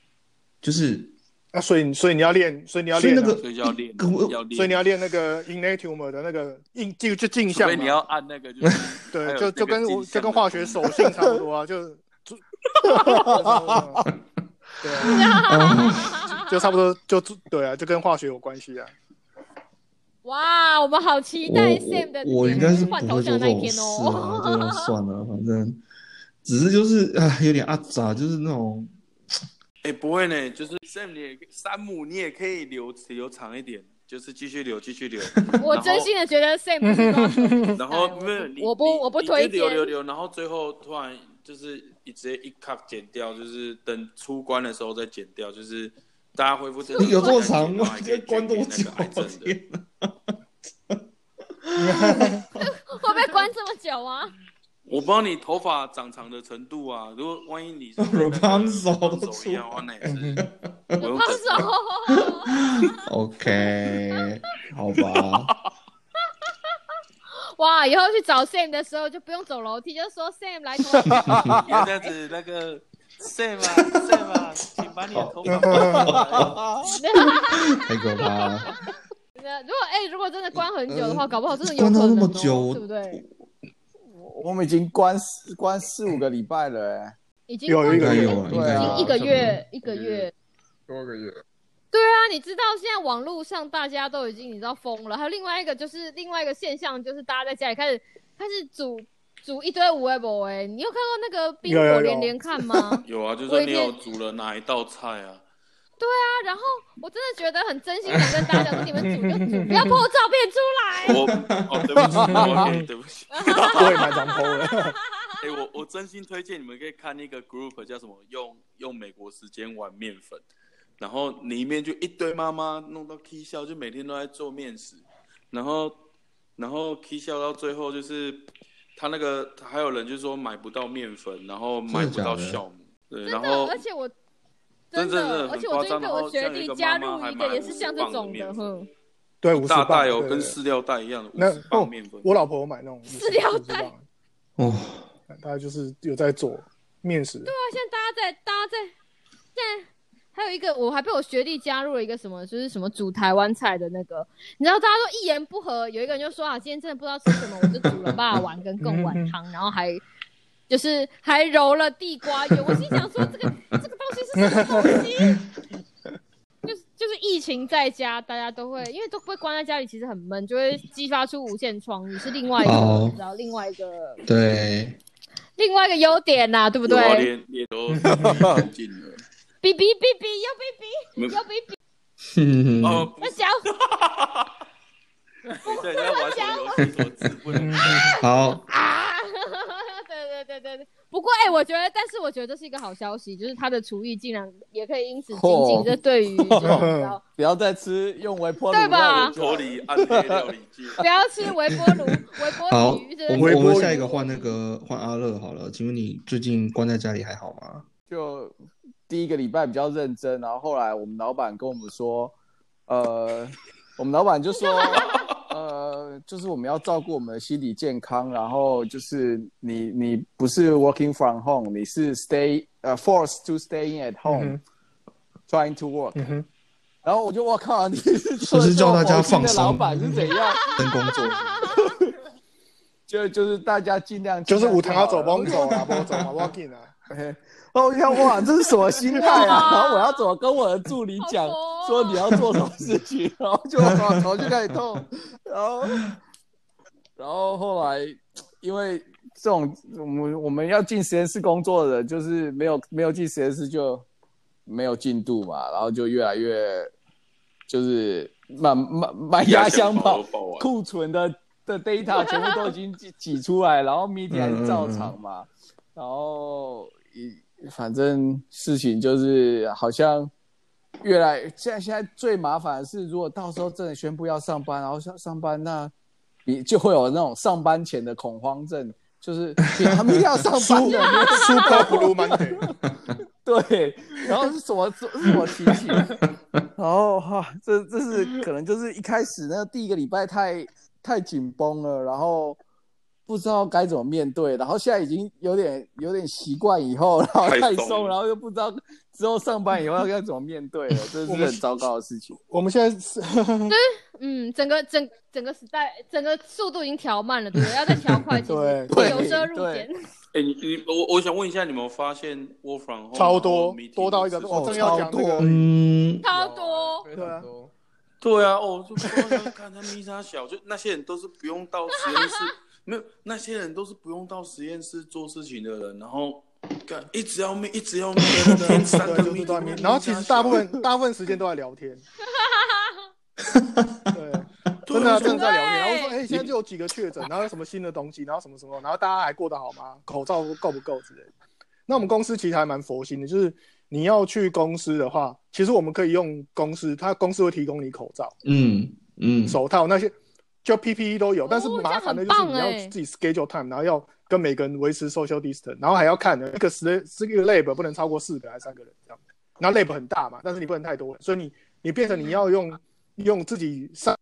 [SPEAKER 2] 就是
[SPEAKER 6] 那啊所以所以你要练，所以你要
[SPEAKER 2] 所以
[SPEAKER 6] 练
[SPEAKER 2] 那
[SPEAKER 6] 啊，
[SPEAKER 2] 个
[SPEAKER 3] 所以就要练
[SPEAKER 2] 可我，
[SPEAKER 3] 要练，
[SPEAKER 6] 所以你要练那个 innate tumor 的那个印就就镜
[SPEAKER 3] 除
[SPEAKER 6] 像
[SPEAKER 3] 非
[SPEAKER 6] 嘛，
[SPEAKER 3] 你要按那个，就是还 <laughs>
[SPEAKER 6] 对，
[SPEAKER 3] 有
[SPEAKER 6] 就
[SPEAKER 3] 这
[SPEAKER 6] 就
[SPEAKER 3] 个
[SPEAKER 6] 跟
[SPEAKER 3] 镜
[SPEAKER 6] 我就
[SPEAKER 3] 像
[SPEAKER 6] 跟
[SPEAKER 3] 的
[SPEAKER 6] 化学
[SPEAKER 3] 功
[SPEAKER 6] 手性差不多
[SPEAKER 3] <laughs>
[SPEAKER 6] 啊，就就对啊，
[SPEAKER 1] <laughs>
[SPEAKER 6] 就差不多就对啊，就跟化学有关系啊。
[SPEAKER 1] 哇，我们好期待 Sam 的
[SPEAKER 2] 我我应该是不
[SPEAKER 1] 换
[SPEAKER 2] 会
[SPEAKER 1] 头
[SPEAKER 2] 做
[SPEAKER 1] 像
[SPEAKER 2] 这
[SPEAKER 1] 那一
[SPEAKER 2] 种
[SPEAKER 1] 天
[SPEAKER 2] 事
[SPEAKER 1] 哦。
[SPEAKER 2] 啊，对啊，算了，反正只是就是啊，有点阿杂，就是那
[SPEAKER 3] <laughs>
[SPEAKER 2] 种
[SPEAKER 3] 哎、不会呢，就是 Sam 你也山姆你也可以留留长一点，就是继续留继续 <laughs> 留，
[SPEAKER 1] <laughs> 我真心的觉得 Sam 不是装的
[SPEAKER 3] 然后
[SPEAKER 1] 我
[SPEAKER 3] 没有你
[SPEAKER 1] 哎我不
[SPEAKER 3] 你
[SPEAKER 1] 我不
[SPEAKER 3] 你就
[SPEAKER 1] 推
[SPEAKER 3] 留
[SPEAKER 1] 荐
[SPEAKER 3] 留留，然后最后突然就是一直接一卡剪掉，就是等出关的时候再剪掉，就是大家恢复正常
[SPEAKER 2] 有这么
[SPEAKER 3] 再剪
[SPEAKER 2] 长
[SPEAKER 3] 然
[SPEAKER 2] 吗
[SPEAKER 3] 后？还可
[SPEAKER 2] 这
[SPEAKER 3] 以
[SPEAKER 2] 关
[SPEAKER 3] 捐
[SPEAKER 2] 多
[SPEAKER 3] 给那
[SPEAKER 2] 久
[SPEAKER 3] 个癌症？的。
[SPEAKER 2] 天哪！
[SPEAKER 1] 会不会关这么久啊？
[SPEAKER 3] 我不知道你头发长长的程度啊，如果万一你
[SPEAKER 2] <laughs>
[SPEAKER 3] 是
[SPEAKER 2] Rapunzel 都
[SPEAKER 3] 手一样的话，那也是
[SPEAKER 1] 我
[SPEAKER 3] 我用
[SPEAKER 1] 放手。
[SPEAKER 2] OK，好吧，
[SPEAKER 1] <laughs> 哇，以后去找 Sam 的时候就不用走楼梯，就说 Sam 来头发
[SPEAKER 3] <laughs> 因为这样子那个 Sam 啊 Sam 啊，请把你的头发
[SPEAKER 2] 太可怕了，
[SPEAKER 1] <laughs> 那如果哎、如果真的关很久的话，
[SPEAKER 2] 呃
[SPEAKER 1] 搞不好真的有
[SPEAKER 2] 关
[SPEAKER 1] 可
[SPEAKER 2] 到那
[SPEAKER 1] 能、
[SPEAKER 2] 么
[SPEAKER 1] 哦，
[SPEAKER 2] 久，
[SPEAKER 1] 对不对？
[SPEAKER 4] <laughs> 我们已经关四关四五个礼拜了、哎，
[SPEAKER 1] 已经
[SPEAKER 6] 有有一
[SPEAKER 2] 应
[SPEAKER 6] 个
[SPEAKER 2] 该
[SPEAKER 6] 月
[SPEAKER 2] 有啊，应该有
[SPEAKER 1] 已
[SPEAKER 2] 啊
[SPEAKER 1] 经一个月一个月。
[SPEAKER 4] 多个月。
[SPEAKER 1] 对啊，你知道现在网络上大家都已经你知道疯了，还有另外一个就是另外一个现象就是大家在家里开始开始煮煮一堆无为博哎，你有看过那个冰
[SPEAKER 6] 有有
[SPEAKER 1] 火
[SPEAKER 6] 有
[SPEAKER 1] 连连看吗？
[SPEAKER 3] 有啊，就
[SPEAKER 1] 我
[SPEAKER 3] 是
[SPEAKER 1] 一
[SPEAKER 3] 你
[SPEAKER 1] 定
[SPEAKER 3] 有煮了哪一道菜啊？
[SPEAKER 1] 啊，然后我真的觉得很真心想跟大家讲说，你们煮就煮，不要 po 照片出来。
[SPEAKER 3] 我哦，对不 <laughs> 起，OK，对不起。
[SPEAKER 6] 我也蛮常偷
[SPEAKER 3] <laughs>
[SPEAKER 6] 的，
[SPEAKER 3] 哎、我我真心推荐你们可以看那个 group 叫什么，用用美国时间玩面粉，然后里面就一堆妈妈弄到 K 笑，就每天都在做面食，然后然后 K 笑到最后就是他那个还有人就说买不到面粉，然后买不到
[SPEAKER 2] 真的假的
[SPEAKER 3] 酵母，对，
[SPEAKER 1] 真
[SPEAKER 3] 然 <laughs>
[SPEAKER 1] 的，
[SPEAKER 3] 后
[SPEAKER 1] 而且我
[SPEAKER 3] 真
[SPEAKER 1] 真的
[SPEAKER 3] 真的，
[SPEAKER 1] 而
[SPEAKER 3] 很
[SPEAKER 1] 且我
[SPEAKER 3] 夸
[SPEAKER 1] 最近
[SPEAKER 3] 张
[SPEAKER 1] 被
[SPEAKER 3] 然后
[SPEAKER 1] 我学
[SPEAKER 3] 像一
[SPEAKER 1] 弟
[SPEAKER 3] 个
[SPEAKER 1] 加
[SPEAKER 3] 妈妈
[SPEAKER 1] 入
[SPEAKER 3] 还
[SPEAKER 1] 一
[SPEAKER 3] 买
[SPEAKER 1] 个也
[SPEAKER 3] 50
[SPEAKER 1] 是像这
[SPEAKER 3] 磅的
[SPEAKER 1] 种
[SPEAKER 3] 面
[SPEAKER 1] 的，
[SPEAKER 3] 粉
[SPEAKER 1] 哼，
[SPEAKER 6] 对，五十
[SPEAKER 3] 大袋
[SPEAKER 6] 磅
[SPEAKER 3] 哦，
[SPEAKER 6] 对
[SPEAKER 3] 跟饲料袋一样的
[SPEAKER 6] 那
[SPEAKER 3] 五十磅面粉，
[SPEAKER 6] 我老婆有买那种
[SPEAKER 1] 饲料袋
[SPEAKER 6] 50磅，
[SPEAKER 2] 哦，
[SPEAKER 6] 大概就是有在做面食，
[SPEAKER 1] 对啊，现在大家在，大家在，现在还有一个，我还被我学弟加入了一个什么，就是什么煮台湾菜的那个，你知道，大家都一言不合，有一个人就说啊，今天真的不知道吃什么，我就煮了霸王跟贡丸汤，然后还就是还揉了地瓜圆，我心想说这个 <laughs> 这个东西是什么东西？就是就是疫情在家，大家都会因为都不会关在家里，其实很闷，就会激发出无限创意，是另外一个，
[SPEAKER 2] 哦
[SPEAKER 1] 你知道另外一个
[SPEAKER 2] 对， <laughs>
[SPEAKER 1] 另外一个优点呐、对不
[SPEAKER 3] 有啊，
[SPEAKER 1] 对？
[SPEAKER 3] 连连
[SPEAKER 6] 嗯
[SPEAKER 3] 都干净了。
[SPEAKER 1] 比比比比，要比比。
[SPEAKER 3] 没
[SPEAKER 1] 要比比，
[SPEAKER 2] 哼
[SPEAKER 3] 哦，
[SPEAKER 6] 嗯
[SPEAKER 1] 我想
[SPEAKER 3] 对，在玩什么游戏？什么字
[SPEAKER 6] 嗯
[SPEAKER 3] 不能看？
[SPEAKER 2] 好，
[SPEAKER 1] 啊， <laughs> 对对对对对。不过哎、我觉得，但是我觉得这是一个好消息，就是他的厨艺竟然也可以因此精进，
[SPEAKER 4] 嚯
[SPEAKER 1] 这对于就是你知道
[SPEAKER 4] 不要再吃用微波炉
[SPEAKER 1] 对吧
[SPEAKER 4] 料理就好
[SPEAKER 3] 脱
[SPEAKER 4] 了
[SPEAKER 3] 离暗黑料理
[SPEAKER 6] <laughs>
[SPEAKER 3] 界。
[SPEAKER 1] 不要吃微波
[SPEAKER 2] <laughs>
[SPEAKER 1] 炉、微
[SPEAKER 2] 好
[SPEAKER 1] 波鱼这，
[SPEAKER 2] 我
[SPEAKER 1] 些。
[SPEAKER 2] 们我
[SPEAKER 6] 微波
[SPEAKER 2] 们
[SPEAKER 6] 炉
[SPEAKER 2] 下一个换那个换阿乐好了，请问你最近关在家里还好吗？
[SPEAKER 4] 就第一个礼拜比较认真，然后后来我们老板跟我们说，呃，我们老板就说，呃，就是我们要照顾我们的心理健康，然后就是你你不是 working from home，你是 stay 呃、forced to staying at
[SPEAKER 2] 嗯
[SPEAKER 4] home、trying to work，、
[SPEAKER 1] <laughs>
[SPEAKER 6] 嗯哼，
[SPEAKER 4] 然后我就我靠，你是
[SPEAKER 2] 不是叫大家放松
[SPEAKER 4] 老板是怎样？
[SPEAKER 2] 跟工作，
[SPEAKER 4] 就就是大家尽量
[SPEAKER 6] 就是舞堂要走
[SPEAKER 4] 崩。
[SPEAKER 6] 崩走啊，不走嘛
[SPEAKER 1] <laughs>
[SPEAKER 6] ，walking 啊，
[SPEAKER 4] 嘿然后我就想，哇，这是什么心态啊？然后我要怎么跟我的助理讲
[SPEAKER 1] 好佛哦
[SPEAKER 4] 说你要做什么事情？然后就我头就开始痛，然后，然后后来因为这种我们我们要进实验室工作的人，就是没有没有进实验室就没有进度嘛，然后就越来越就是满满满压箱宝
[SPEAKER 3] 压箱宝都爆完，
[SPEAKER 4] 库存的的 data 全部都已经挤挤出来，然后 media 还照常嘛。然后一反正事情就是好像越来现在现在最麻烦的是，如果到时候真的宣布要上班，然后上上班，那你就会有那种上班前的恐慌症，就是你他们一定要上班了，
[SPEAKER 6] ，Super Blue Monday，
[SPEAKER 4] 对，然后是什么是什么情形？ <laughs> 然后哈、这这是可能就是一开始那第一个礼拜太太紧绷了，然后不知道该怎么面对，然后现在已经有点有点习惯以后，然后
[SPEAKER 3] 太
[SPEAKER 4] 太
[SPEAKER 3] 松
[SPEAKER 4] 松，
[SPEAKER 3] 了
[SPEAKER 4] 然后又不知道之后上班以后要该怎么面对了，这是
[SPEAKER 6] 我们
[SPEAKER 4] 很糟糕的事情。
[SPEAKER 6] 我们现在是
[SPEAKER 1] 嗯，整个整整个时代，整个速度已经调慢了，对不对？要再调
[SPEAKER 4] <laughs>
[SPEAKER 1] 快，其实
[SPEAKER 6] 对
[SPEAKER 4] 对
[SPEAKER 1] 由奢入
[SPEAKER 4] 对
[SPEAKER 1] 俭。
[SPEAKER 3] 哎、你你我我想问一下，你们有发现 work from home
[SPEAKER 6] 哦超多
[SPEAKER 3] 然后 meeting
[SPEAKER 6] 哦多到一个，
[SPEAKER 3] 是
[SPEAKER 6] 我正要讲那个，
[SPEAKER 2] 嗯，
[SPEAKER 1] 超多，
[SPEAKER 6] 对啊，
[SPEAKER 3] 对啊，哦，就看他咪他小，就那些人都是不用到实验室， <laughs> 没有那些人都是不用到实验室做事情的人，然后干一直要咪，一直
[SPEAKER 6] <laughs>
[SPEAKER 3] 要咪，一天三
[SPEAKER 6] 对，
[SPEAKER 3] 个
[SPEAKER 6] 就是
[SPEAKER 3] 咪
[SPEAKER 6] 断面。然后其实大部分大部分时间都在聊 <laughs> 天，对，真的啊真的在聊天。然后说，哎，现在就有几个确诊，然后有什么新的东西，然后什么什么，然后大家还过得好吗？口罩够不够之类的。那我们公司其实还蛮佛心的，就是你要去公司的话，其实我们可以用公司，他公司会提供你口罩、
[SPEAKER 2] 嗯嗯，
[SPEAKER 6] 手套那些，就 PPE 都有。但是
[SPEAKER 1] 哦
[SPEAKER 6] 麻烦的就是
[SPEAKER 1] 这样很
[SPEAKER 6] 你
[SPEAKER 1] 棒
[SPEAKER 6] 要
[SPEAKER 1] 哎
[SPEAKER 6] 自己 schedule time，然后要跟每个人维持 social distance，然后还要看一个十是一个 lab 不能超过四个还是三个人这样。然后 lab 很大嘛，但是你不能太多人，所以你你变成你要用用自己上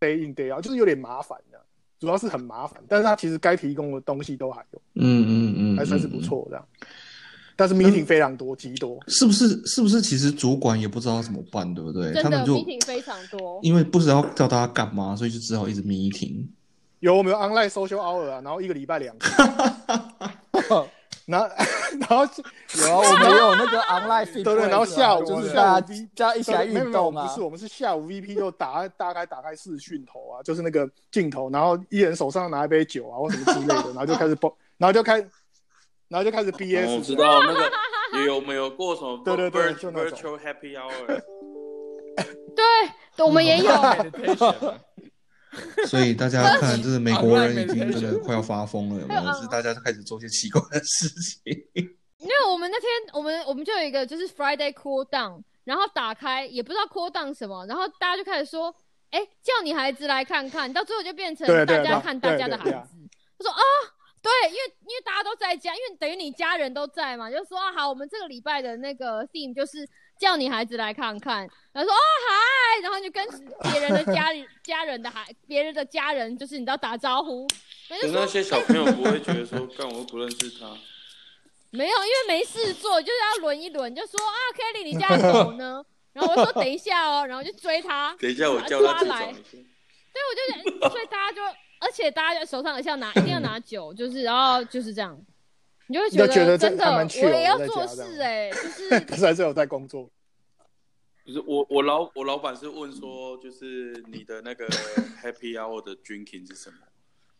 [SPEAKER 6] day in day out，就是有点麻烦的，主要是很麻烦。但是它其实该提供的东西都还有。
[SPEAKER 2] 嗯嗯嗯，
[SPEAKER 6] 还算是
[SPEAKER 2] 嗯
[SPEAKER 6] 不
[SPEAKER 2] 嗯
[SPEAKER 6] 错这样。但是 meeting 非常多，极多。
[SPEAKER 2] 是不是？是不是？其实主管也不知道怎么办，对不对？
[SPEAKER 1] 真
[SPEAKER 2] 他
[SPEAKER 1] 的
[SPEAKER 2] 们就
[SPEAKER 1] meeting 非常多。
[SPEAKER 2] 因为不知道叫大家干嘛，所以就只好一直 meeting。
[SPEAKER 6] 有我们有 online social hour 啊，然后一个礼 <laughs>
[SPEAKER 2] <laughs>
[SPEAKER 6] 拜两次，然后 <laughs> 然后
[SPEAKER 4] <laughs> 有啊，我们也有那个 online fit，
[SPEAKER 6] 对对，然后下午
[SPEAKER 4] 就是
[SPEAKER 6] 下
[SPEAKER 4] 大家
[SPEAKER 6] 午
[SPEAKER 4] 大家一起来
[SPEAKER 6] 没
[SPEAKER 4] 运
[SPEAKER 6] 有没有
[SPEAKER 4] 动
[SPEAKER 6] 不
[SPEAKER 4] 啊
[SPEAKER 6] 是，，我们是下午 VP 就打大概打开视讯头啊， <laughs> 就是那个镜头，然后一人手上拿一杯酒啊或什么之类
[SPEAKER 4] <laughs>
[SPEAKER 6] 的，然后就开始爆，然后就开，然后就开始
[SPEAKER 3] 哦
[SPEAKER 6] BS，
[SPEAKER 3] 我知道
[SPEAKER 6] <laughs>
[SPEAKER 3] 那个也有没有过什么
[SPEAKER 6] 对对对
[SPEAKER 3] vir-
[SPEAKER 6] 就那种
[SPEAKER 3] virtual happy hour，
[SPEAKER 1] 对，我
[SPEAKER 2] 嗯
[SPEAKER 1] 们也有，
[SPEAKER 2] 所以大
[SPEAKER 1] <laughs>
[SPEAKER 2] 家看，就是美国
[SPEAKER 7] Online
[SPEAKER 2] 人已经
[SPEAKER 7] meditation
[SPEAKER 2] 真的快要发疯了，有没
[SPEAKER 1] 还有
[SPEAKER 2] 有？就是大家就开始做一些奇怪的事
[SPEAKER 1] <laughs>
[SPEAKER 2] 情。
[SPEAKER 1] 因为我们那天我们我们就有一个就是 Friday cool down，然后打开也不知道 cool down 什么，然后大家就开始说，哎、叫你孩子来看看，到最后就变成
[SPEAKER 6] 对对
[SPEAKER 1] 大
[SPEAKER 6] 对
[SPEAKER 1] 家看大家的孩
[SPEAKER 6] 对对
[SPEAKER 1] 子，他说啊。对，因为因为大家都在家，因为等于你家人都在嘛，就说啊好，我们这个礼拜的那个 theme 就是叫你孩子来看看，然后说啊嗨，然后你就跟别人的家里家人的孩，别人的家人就是你知道打招呼，然后
[SPEAKER 3] 可
[SPEAKER 1] 就是说
[SPEAKER 3] 那些小朋友不会觉得说，干我又不认识他，
[SPEAKER 1] 没有，因为没事做，就是要轮一轮，就说 <laughs> 啊，Kelly，你家的狗呢？然后我就说等一下哦，然后就追它，
[SPEAKER 3] 等一下我
[SPEAKER 1] 把它
[SPEAKER 3] 叫他
[SPEAKER 1] 抓
[SPEAKER 3] 起
[SPEAKER 1] 来
[SPEAKER 3] 床，一下。
[SPEAKER 1] 对，我就觉得，所以大家就，而且大家手上也是要拿，一定要拿酒，就是然后就是这样，你就会
[SPEAKER 6] 你就觉得这
[SPEAKER 1] 真
[SPEAKER 6] 还
[SPEAKER 1] 的
[SPEAKER 6] 蛮
[SPEAKER 1] 我
[SPEAKER 6] chill
[SPEAKER 1] 也要
[SPEAKER 6] 的在
[SPEAKER 1] 做
[SPEAKER 6] 家这样
[SPEAKER 1] 事哎、就是
[SPEAKER 6] 可是还是有在
[SPEAKER 4] <laughs>
[SPEAKER 6] 工作。
[SPEAKER 3] 就是我我老我老板是问说，就是你的那个 <laughs> happy hour 的 drinking 是什么？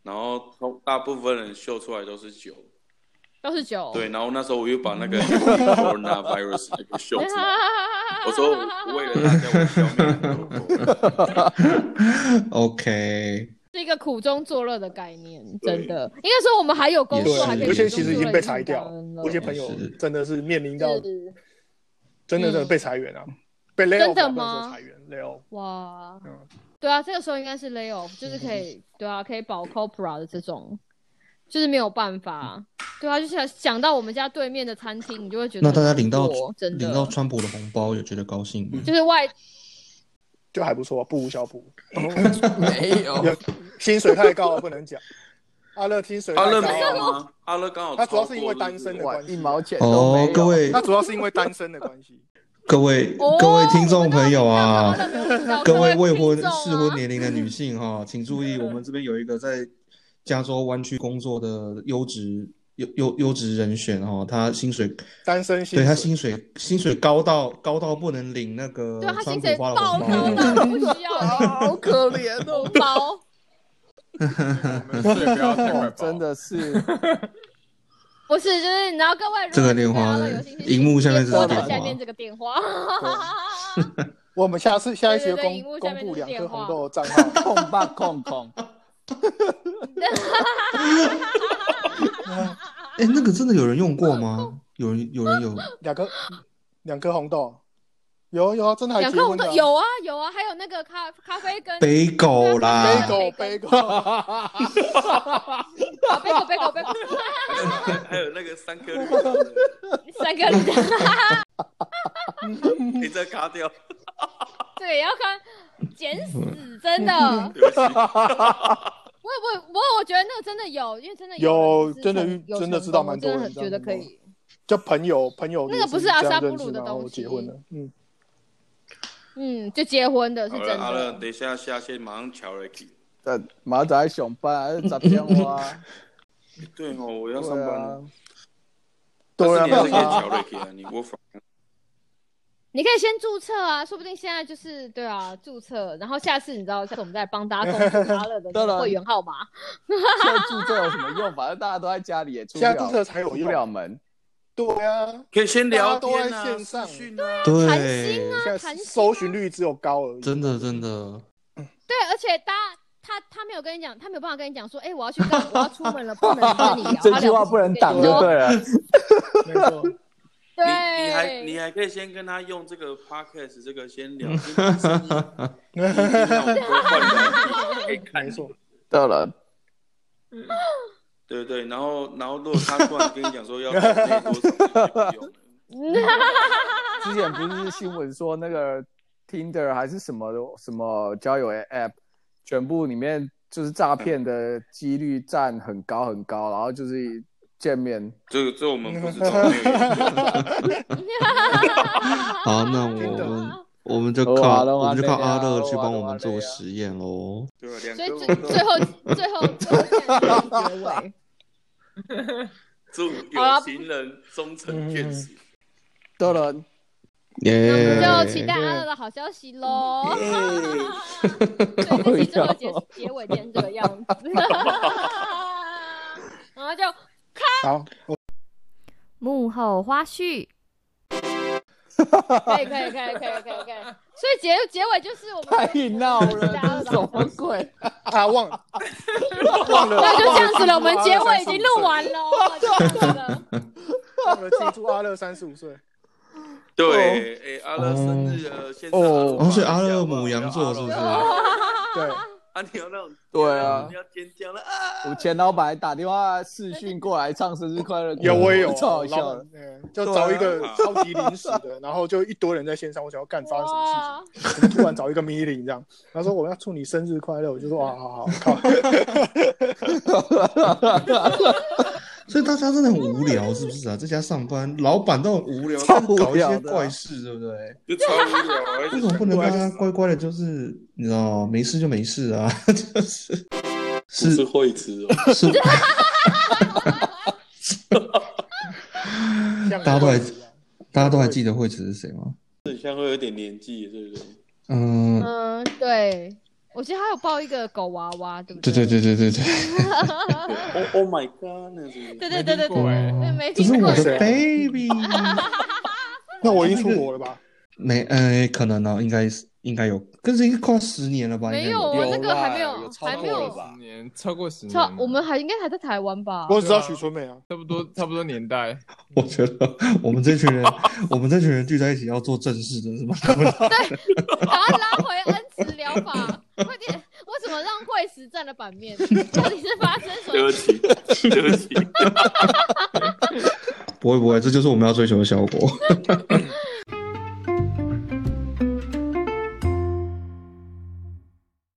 [SPEAKER 3] 然后通大部分人秀出来都是酒，
[SPEAKER 1] 都是酒， <laughs>
[SPEAKER 3] 对。然后那时候我又把那个 coronavirus 那个秀出来，我说我为了大家我消灭很多狗。
[SPEAKER 2] OK，
[SPEAKER 1] 是一个苦中作乐的概念，
[SPEAKER 3] 对
[SPEAKER 1] 真的。应该说我们还有工
[SPEAKER 2] 也是
[SPEAKER 1] 作，还可以
[SPEAKER 6] 有
[SPEAKER 1] 苦中
[SPEAKER 6] 些
[SPEAKER 1] 作乐
[SPEAKER 6] 其实已经被裁掉
[SPEAKER 1] 也是很感恩，了
[SPEAKER 6] 我一些朋友
[SPEAKER 2] 是
[SPEAKER 6] 真的是面临到
[SPEAKER 1] 是
[SPEAKER 6] 真的真的被裁员啊，被 lay
[SPEAKER 1] 真
[SPEAKER 6] off
[SPEAKER 1] 的
[SPEAKER 6] 啊不能
[SPEAKER 1] 吗
[SPEAKER 6] 说裁员 lay off。
[SPEAKER 1] 哇
[SPEAKER 6] 嗯，
[SPEAKER 1] 对啊，这个时候应该是 lay off，就是可以，对啊，可以保 copra 的这种，就是没有办法，对啊，就是想到我们家对面的餐厅，你就会觉得
[SPEAKER 2] 那大家
[SPEAKER 1] 很难
[SPEAKER 2] 领到
[SPEAKER 1] 过真
[SPEAKER 2] 领到
[SPEAKER 1] 的嗯
[SPEAKER 2] 川普的红包，有觉得高兴吗？
[SPEAKER 1] 就是外
[SPEAKER 6] 啊就还不错、不无小补。
[SPEAKER 4] 没有
[SPEAKER 6] <laughs> 有薪水太高了不能讲。阿乐薪水太
[SPEAKER 3] 阿
[SPEAKER 6] 高
[SPEAKER 3] 乐没有
[SPEAKER 6] 了， <laughs>
[SPEAKER 3] 吗？阿乐刚好
[SPEAKER 6] 他主要
[SPEAKER 3] 超过
[SPEAKER 6] 是因为单身
[SPEAKER 3] 是
[SPEAKER 6] 的
[SPEAKER 3] 不
[SPEAKER 6] 关
[SPEAKER 3] 是
[SPEAKER 6] 系
[SPEAKER 4] 哇，一毛钱都没
[SPEAKER 2] 哦
[SPEAKER 4] 有，，
[SPEAKER 2] 各位
[SPEAKER 6] 他主要是因为单身的关系。
[SPEAKER 2] 各位
[SPEAKER 1] 哦
[SPEAKER 2] 各位听众朋友
[SPEAKER 1] 啊
[SPEAKER 2] 啊，
[SPEAKER 1] 嗯
[SPEAKER 2] 各位未婚适婚
[SPEAKER 1] 你
[SPEAKER 2] 年龄的女性哈、请注意，我们这边有一个在加州湾区工作的优质优优优质人选哈、她薪水
[SPEAKER 6] 单身薪
[SPEAKER 2] 对她
[SPEAKER 6] 水
[SPEAKER 2] 薪水薪水高到高到不能领那个
[SPEAKER 1] 对啊他
[SPEAKER 2] 呃
[SPEAKER 1] 薪
[SPEAKER 2] 川普
[SPEAKER 1] 水
[SPEAKER 2] 发
[SPEAKER 1] 爆高
[SPEAKER 2] 的红包。
[SPEAKER 1] 到不需要
[SPEAKER 4] 好可怜哦
[SPEAKER 1] 红 <laughs> 包，
[SPEAKER 3] 我们是不要太快
[SPEAKER 4] 哦，
[SPEAKER 3] 报
[SPEAKER 4] 真。的 <laughs> 是。
[SPEAKER 1] 不是就是你知道各位，
[SPEAKER 2] 这个电话
[SPEAKER 1] 的
[SPEAKER 2] 荧幕下面这
[SPEAKER 4] 个电话
[SPEAKER 1] 下面这个电话，
[SPEAKER 6] <laughs> 我们下次下一期就
[SPEAKER 1] 对对对
[SPEAKER 6] 公
[SPEAKER 1] 荧幕下
[SPEAKER 6] 公
[SPEAKER 1] 面
[SPEAKER 6] 布
[SPEAKER 1] 就是
[SPEAKER 6] 两
[SPEAKER 1] 电
[SPEAKER 6] 个
[SPEAKER 1] 话
[SPEAKER 6] 红豆的账
[SPEAKER 1] <laughs>
[SPEAKER 6] 号。
[SPEAKER 4] 空吧空空，
[SPEAKER 2] 哎，那个真的有人用过吗？有人有人
[SPEAKER 1] <laughs>
[SPEAKER 2] 有
[SPEAKER 6] 两颗两颗红豆，有有啊，真的还
[SPEAKER 1] 两
[SPEAKER 6] 结
[SPEAKER 1] 颗红
[SPEAKER 6] 婚
[SPEAKER 1] 豆
[SPEAKER 6] 的、
[SPEAKER 1] 有啊有啊，还有那个咖咖啡跟
[SPEAKER 2] 北狗
[SPEAKER 6] 杯
[SPEAKER 2] 啦，
[SPEAKER 6] 狗杯狗，
[SPEAKER 1] 啊贝果贝果贝果
[SPEAKER 3] 还有那个三颗绿的，
[SPEAKER 1] 三个 <laughs> 里的。
[SPEAKER 3] 你再卡掉。
[SPEAKER 1] 这个也要看捡死，真的。
[SPEAKER 3] <laughs> 对不起
[SPEAKER 1] 我我我我觉得那个真的有，因为真的
[SPEAKER 6] 有
[SPEAKER 1] 人是
[SPEAKER 6] 真的
[SPEAKER 1] 成有
[SPEAKER 6] 真的
[SPEAKER 1] 成
[SPEAKER 6] 知道
[SPEAKER 1] 功
[SPEAKER 6] 蛮
[SPEAKER 1] 真的
[SPEAKER 6] 多人
[SPEAKER 1] 很
[SPEAKER 6] 这
[SPEAKER 1] 觉
[SPEAKER 6] 样
[SPEAKER 1] 得
[SPEAKER 6] 弄
[SPEAKER 1] 可
[SPEAKER 6] 的
[SPEAKER 1] 以。
[SPEAKER 6] <laughs> 就朋友朋友
[SPEAKER 1] 那个不是
[SPEAKER 6] 阿
[SPEAKER 1] 阿萨布鲁的东西
[SPEAKER 6] 结婚了，嗯，
[SPEAKER 1] 嗯，就结婚的是
[SPEAKER 3] 好
[SPEAKER 1] 真
[SPEAKER 3] 了，阿乐，
[SPEAKER 1] 的。
[SPEAKER 3] 等一下下线马上瞧了去。
[SPEAKER 4] 呃，马仔上班还是十点哇？
[SPEAKER 3] 对哦，我要上
[SPEAKER 4] 对
[SPEAKER 3] 班
[SPEAKER 4] 啊
[SPEAKER 3] 了。，
[SPEAKER 6] 对
[SPEAKER 3] 但是你还是可以
[SPEAKER 6] 啊，
[SPEAKER 3] 瞧了去啊，你我反
[SPEAKER 1] 你可以先注册啊，说不定现在就是对啊，注册，然后下次你知道，下次我们再帮大家公布阿乐
[SPEAKER 6] <laughs>
[SPEAKER 1] 的
[SPEAKER 4] 当然
[SPEAKER 1] 会员号码。
[SPEAKER 4] 现在注册有什么用？反正大家都在家里，也出不
[SPEAKER 6] 现在
[SPEAKER 4] 了，
[SPEAKER 6] 注册才有
[SPEAKER 4] 出
[SPEAKER 6] 用
[SPEAKER 4] 不，了门。
[SPEAKER 6] 对啊，
[SPEAKER 3] 可以先聊
[SPEAKER 6] 大
[SPEAKER 3] 天
[SPEAKER 6] 家
[SPEAKER 3] 啊，
[SPEAKER 6] 都在线上
[SPEAKER 3] 私讯啊。
[SPEAKER 1] 谈
[SPEAKER 2] 对
[SPEAKER 1] 心，啊
[SPEAKER 6] 现在
[SPEAKER 1] 谈心啊
[SPEAKER 6] 搜寻率只有高而已，
[SPEAKER 2] 真的真的，
[SPEAKER 1] 对，而且大家。他他没有跟你讲，他没有办法跟你讲说，哎、我要去干，我要出门了，不能跟你聊。
[SPEAKER 6] <laughs>
[SPEAKER 4] <laughs> 这句话不能挡就对了。
[SPEAKER 6] 没错，
[SPEAKER 1] 对，
[SPEAKER 3] 你你还你还可以先跟他用这个 podcast 这个先聊，就是把声音 <laughs> 让我多换两句可以看
[SPEAKER 6] <laughs> 没。错，
[SPEAKER 4] 对啊了，
[SPEAKER 3] 对对，然后然后如果他突然跟你讲说要准备多少，你就不
[SPEAKER 4] 之前
[SPEAKER 3] 用了
[SPEAKER 4] 不是新闻说那个 Tinder 还是什么什么交友 App，全部里面就是诈骗的几率占很高很高，然后就是见面
[SPEAKER 3] 这个这我们不知道，没有研究
[SPEAKER 1] 啊
[SPEAKER 2] 好，那我
[SPEAKER 6] 的
[SPEAKER 2] 们我们就
[SPEAKER 4] 哦
[SPEAKER 2] 靠
[SPEAKER 4] 好了
[SPEAKER 2] 我们就靠
[SPEAKER 4] 完了呀
[SPEAKER 2] 阿乐去
[SPEAKER 4] 哦
[SPEAKER 2] 帮
[SPEAKER 4] 完了
[SPEAKER 2] 我们
[SPEAKER 4] 完
[SPEAKER 2] 做
[SPEAKER 4] 了呀
[SPEAKER 2] 实验喽。
[SPEAKER 3] 对吧？两
[SPEAKER 1] 所以最
[SPEAKER 3] 个我都
[SPEAKER 1] 最
[SPEAKER 3] <laughs>
[SPEAKER 1] 后最后最后现在是结尾。 <laughs>
[SPEAKER 3] 祝有情人终成眷属。
[SPEAKER 4] 对了，
[SPEAKER 2] 耶！
[SPEAKER 1] 那我们就期待阿乐的好消息喽。对，这期最后结结尾变成这个样子， <laughs> 然后就
[SPEAKER 6] 好，
[SPEAKER 5] 幕后花絮。
[SPEAKER 1] 可以可以可以可以可以可以，所以结结尾就是我们
[SPEAKER 4] 太闹了，
[SPEAKER 1] 对啊
[SPEAKER 4] <laughs> 这是什么鬼？
[SPEAKER 6] 啊忘了忘了，
[SPEAKER 1] <laughs> 那就这样子了，我们结尾已经录完了，就这样子了。
[SPEAKER 6] 忘了记住阿乐三十五岁，
[SPEAKER 3] 对，哎，阿乐生啊日了，先
[SPEAKER 2] 哦，所以阿
[SPEAKER 3] 乐
[SPEAKER 2] 乐母羊座是不是？
[SPEAKER 6] 对，
[SPEAKER 3] 啊，你要那种
[SPEAKER 4] 对啊
[SPEAKER 3] 你要尖叫了啊！
[SPEAKER 4] 我前老板还打电话视讯过来唱生日快乐歌，
[SPEAKER 6] 有我也有，
[SPEAKER 4] 超好
[SPEAKER 6] 老
[SPEAKER 4] 笑的
[SPEAKER 6] 板，嗯就找一个超级临时的，然后就一堆人在线上，我想要干发生什么事情。
[SPEAKER 1] 哇，
[SPEAKER 6] 我们突然找一个 meeting 这样，他说我要祝你生日快乐，我就说啊，好好好，靠，
[SPEAKER 2] 所以大家真的很无聊，是不是啊？在家上班，老板都很无聊，
[SPEAKER 4] 超
[SPEAKER 2] 但搞
[SPEAKER 4] 无
[SPEAKER 2] 一
[SPEAKER 4] 聊
[SPEAKER 2] 些
[SPEAKER 4] 的
[SPEAKER 2] 怪事，
[SPEAKER 1] <laughs>
[SPEAKER 2] 对不对？
[SPEAKER 3] 就超无聊啊，
[SPEAKER 2] 为什么不能大家乖乖的，就是你知道，没事就没事啊， <laughs> 就是
[SPEAKER 3] 是 <laughs> 是
[SPEAKER 2] 是 <laughs>
[SPEAKER 3] 惠子哦，
[SPEAKER 2] 是，
[SPEAKER 6] 像
[SPEAKER 2] 大家都来
[SPEAKER 6] 这样子
[SPEAKER 2] 大家都还记得惠子是谁吗？
[SPEAKER 3] 很像会有点年纪，对不对？
[SPEAKER 2] 嗯，
[SPEAKER 1] 嗯，对，我记得他有抱一个狗娃娃，对不
[SPEAKER 2] 对
[SPEAKER 1] 对
[SPEAKER 2] 对对对对对，
[SPEAKER 3] Oh Oh my God，那是
[SPEAKER 1] 对对对对对，
[SPEAKER 2] 哦
[SPEAKER 1] 对没
[SPEAKER 2] 这是
[SPEAKER 1] 听过
[SPEAKER 2] 我的
[SPEAKER 6] 谁啊
[SPEAKER 1] <laughs>
[SPEAKER 2] baby，
[SPEAKER 6] 那我已经出国了吧？
[SPEAKER 2] 没，呃，可能呢，应该是应该有，可是已经快十年了吧？
[SPEAKER 1] 没
[SPEAKER 2] 应该
[SPEAKER 1] 有我啊那个还没有
[SPEAKER 7] 有啦
[SPEAKER 1] 还没
[SPEAKER 7] 有
[SPEAKER 1] 有
[SPEAKER 7] 超过了吧十嗯年，超过十年
[SPEAKER 1] 超
[SPEAKER 7] 了，，
[SPEAKER 1] 我们还应该还在台湾吧？ <laughs>
[SPEAKER 6] 我只知道许春梅啊，
[SPEAKER 7] 差不多差不多年代，
[SPEAKER 2] 我觉得我们这群人，我们这群人聚在一起要做正事的 <laughs> 是吗？
[SPEAKER 1] 把它拉回恩慈疗法，快点！为什么让惠实占了版面？ <laughs> 到底是发生什
[SPEAKER 3] 对不
[SPEAKER 1] 么？
[SPEAKER 3] 起，对不起，
[SPEAKER 2] 不会不会，这就是我们要追求的效果。